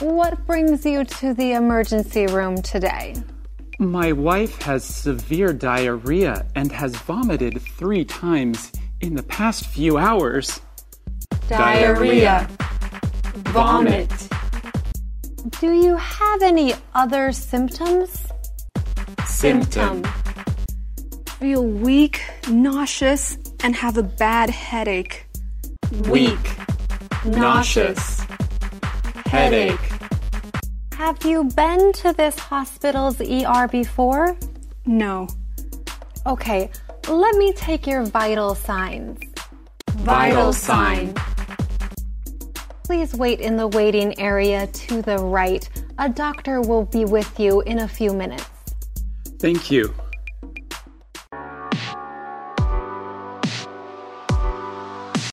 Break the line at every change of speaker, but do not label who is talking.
What brings you to the emergency room today?
My wife has severe diarrhea and has vomited three times in the past few hours.
Diarrhea. Vomit.
Do you have any other symptoms?
Symptom.
Feel weak, nauseous, and have a bad headache.
Weak. Nauseous. Headache.
Have you been to this hospital's ER before?
No.
Okay, let me take your vital signs.
Vital sign.
Please wait in the waiting area to the right. A doctor will be with you in a few minutes.
Thank you.